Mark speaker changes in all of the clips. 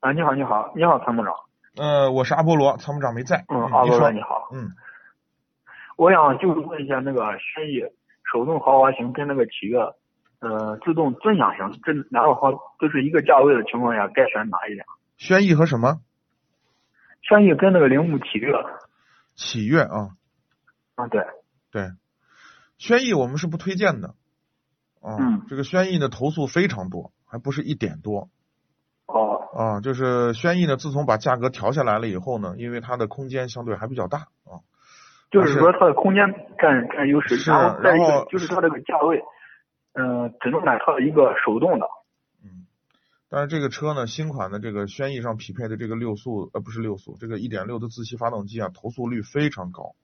Speaker 1: 啊，你好，你好，你好，参谋长，
Speaker 2: 呃，我是阿波罗，参谋长没在。
Speaker 1: 嗯，
Speaker 2: 嗯
Speaker 1: 阿
Speaker 2: 你
Speaker 1: 波罗
Speaker 2: 说
Speaker 1: 你，好，
Speaker 2: 嗯，
Speaker 1: 我想就是问一下那个轩逸手动豪华型跟那个启悦，呃，自动尊享型这两个好都是一个价位的情况下，该选哪一辆？
Speaker 2: 轩逸和什么
Speaker 1: 轩逸跟那个铃木启悦，
Speaker 2: 启悦啊？
Speaker 1: 啊，对，
Speaker 2: 对，轩逸我们是不推荐的。啊、
Speaker 1: 嗯
Speaker 2: 这个轩逸的投诉非常多，还不是一点多
Speaker 1: 哦，
Speaker 2: 啊。就是轩逸呢，自从把价格调下来了以后呢，因为它的空间相对还比较大啊，
Speaker 1: 就是说它的空间占占优势，
Speaker 2: 是
Speaker 1: 然后再一
Speaker 2: 然
Speaker 1: 个
Speaker 2: 后
Speaker 1: 就是它这个价位，嗯、只能买它的一个手动的，
Speaker 2: 但是这个车呢，新款的这个轩逸上匹配的这个六速呃不是六速，这个一点六的自吸发动机啊，投诉率非常高。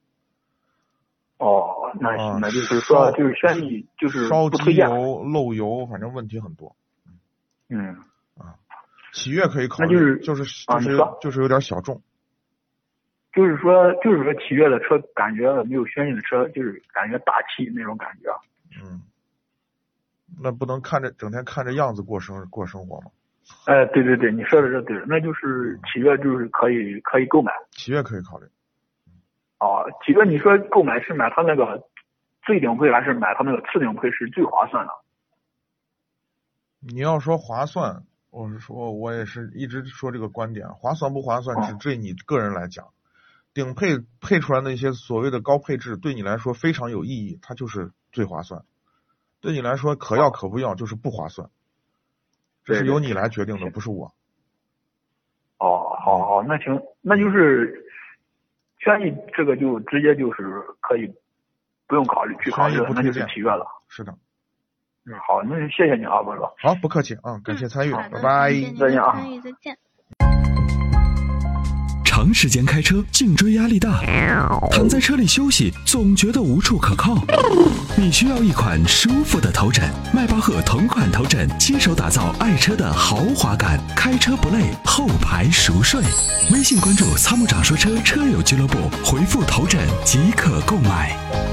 Speaker 1: 哦，那
Speaker 2: 啊
Speaker 1: 行，那就是说
Speaker 2: 烧
Speaker 1: 就是轩逸就是
Speaker 2: 烧
Speaker 1: 不推
Speaker 2: 机
Speaker 1: 荐，
Speaker 2: 油、漏油，反正问题很多。
Speaker 1: 嗯。
Speaker 2: 喜悦可以考
Speaker 1: 那
Speaker 2: 虑，
Speaker 1: 就是
Speaker 2: 就是
Speaker 1: 啊
Speaker 2: 就
Speaker 1: 你
Speaker 2: 是、
Speaker 1: 说
Speaker 2: 就是有点小众。
Speaker 1: 就是说，就是说，启悦的车感觉没有轩逸的车，就是感觉大气那种感觉。啊
Speaker 2: 嗯，那不能看着整天看着样子过生过生活嘛。
Speaker 1: 哎，对对对，你说的是对的，那就是启悦就是可以可以购买
Speaker 2: 喜悦可以考虑，
Speaker 1: 啊。启悦，你说购买是买它那个最顶配还是买它那个次顶配是最划算的？
Speaker 2: 你要说划算，我是说我也是一直说这个观点，划算不划算只
Speaker 1: 哦
Speaker 2: 对你个人来讲，顶配配出来的一些所谓的高配置对你来说非常有意义，它就是最划算。对你来说可要可不要就是不划算，这是
Speaker 1: 哦对对
Speaker 2: 由你来决定的，不是我。
Speaker 1: 哦，好好，那行，那就是轩逸这个就直接就是可以不用考虑去考虑
Speaker 2: 轩
Speaker 1: 了
Speaker 2: 逸不，
Speaker 1: 那
Speaker 2: 推
Speaker 1: 就
Speaker 2: 荐
Speaker 1: 是启悦了。
Speaker 2: 是的，
Speaker 1: 嗯，好，那就谢谢你啊，波哥。
Speaker 2: 好，不客气啊，感谢参与，
Speaker 3: 嗯好的
Speaker 2: 拜拜。
Speaker 3: 感谢您
Speaker 1: 再
Speaker 3: 的
Speaker 1: 见啊
Speaker 3: 参与，再见。
Speaker 4: 长时间开车，颈椎压力大，躺在车里休息，总觉得无处可靠。你需要一款舒服的头枕，迈巴赫同款头枕，亲手打造爱车的豪华感，开车不累，后排熟睡。微信关注“参谋长说车”车友俱乐部，回复“头枕”即可购买。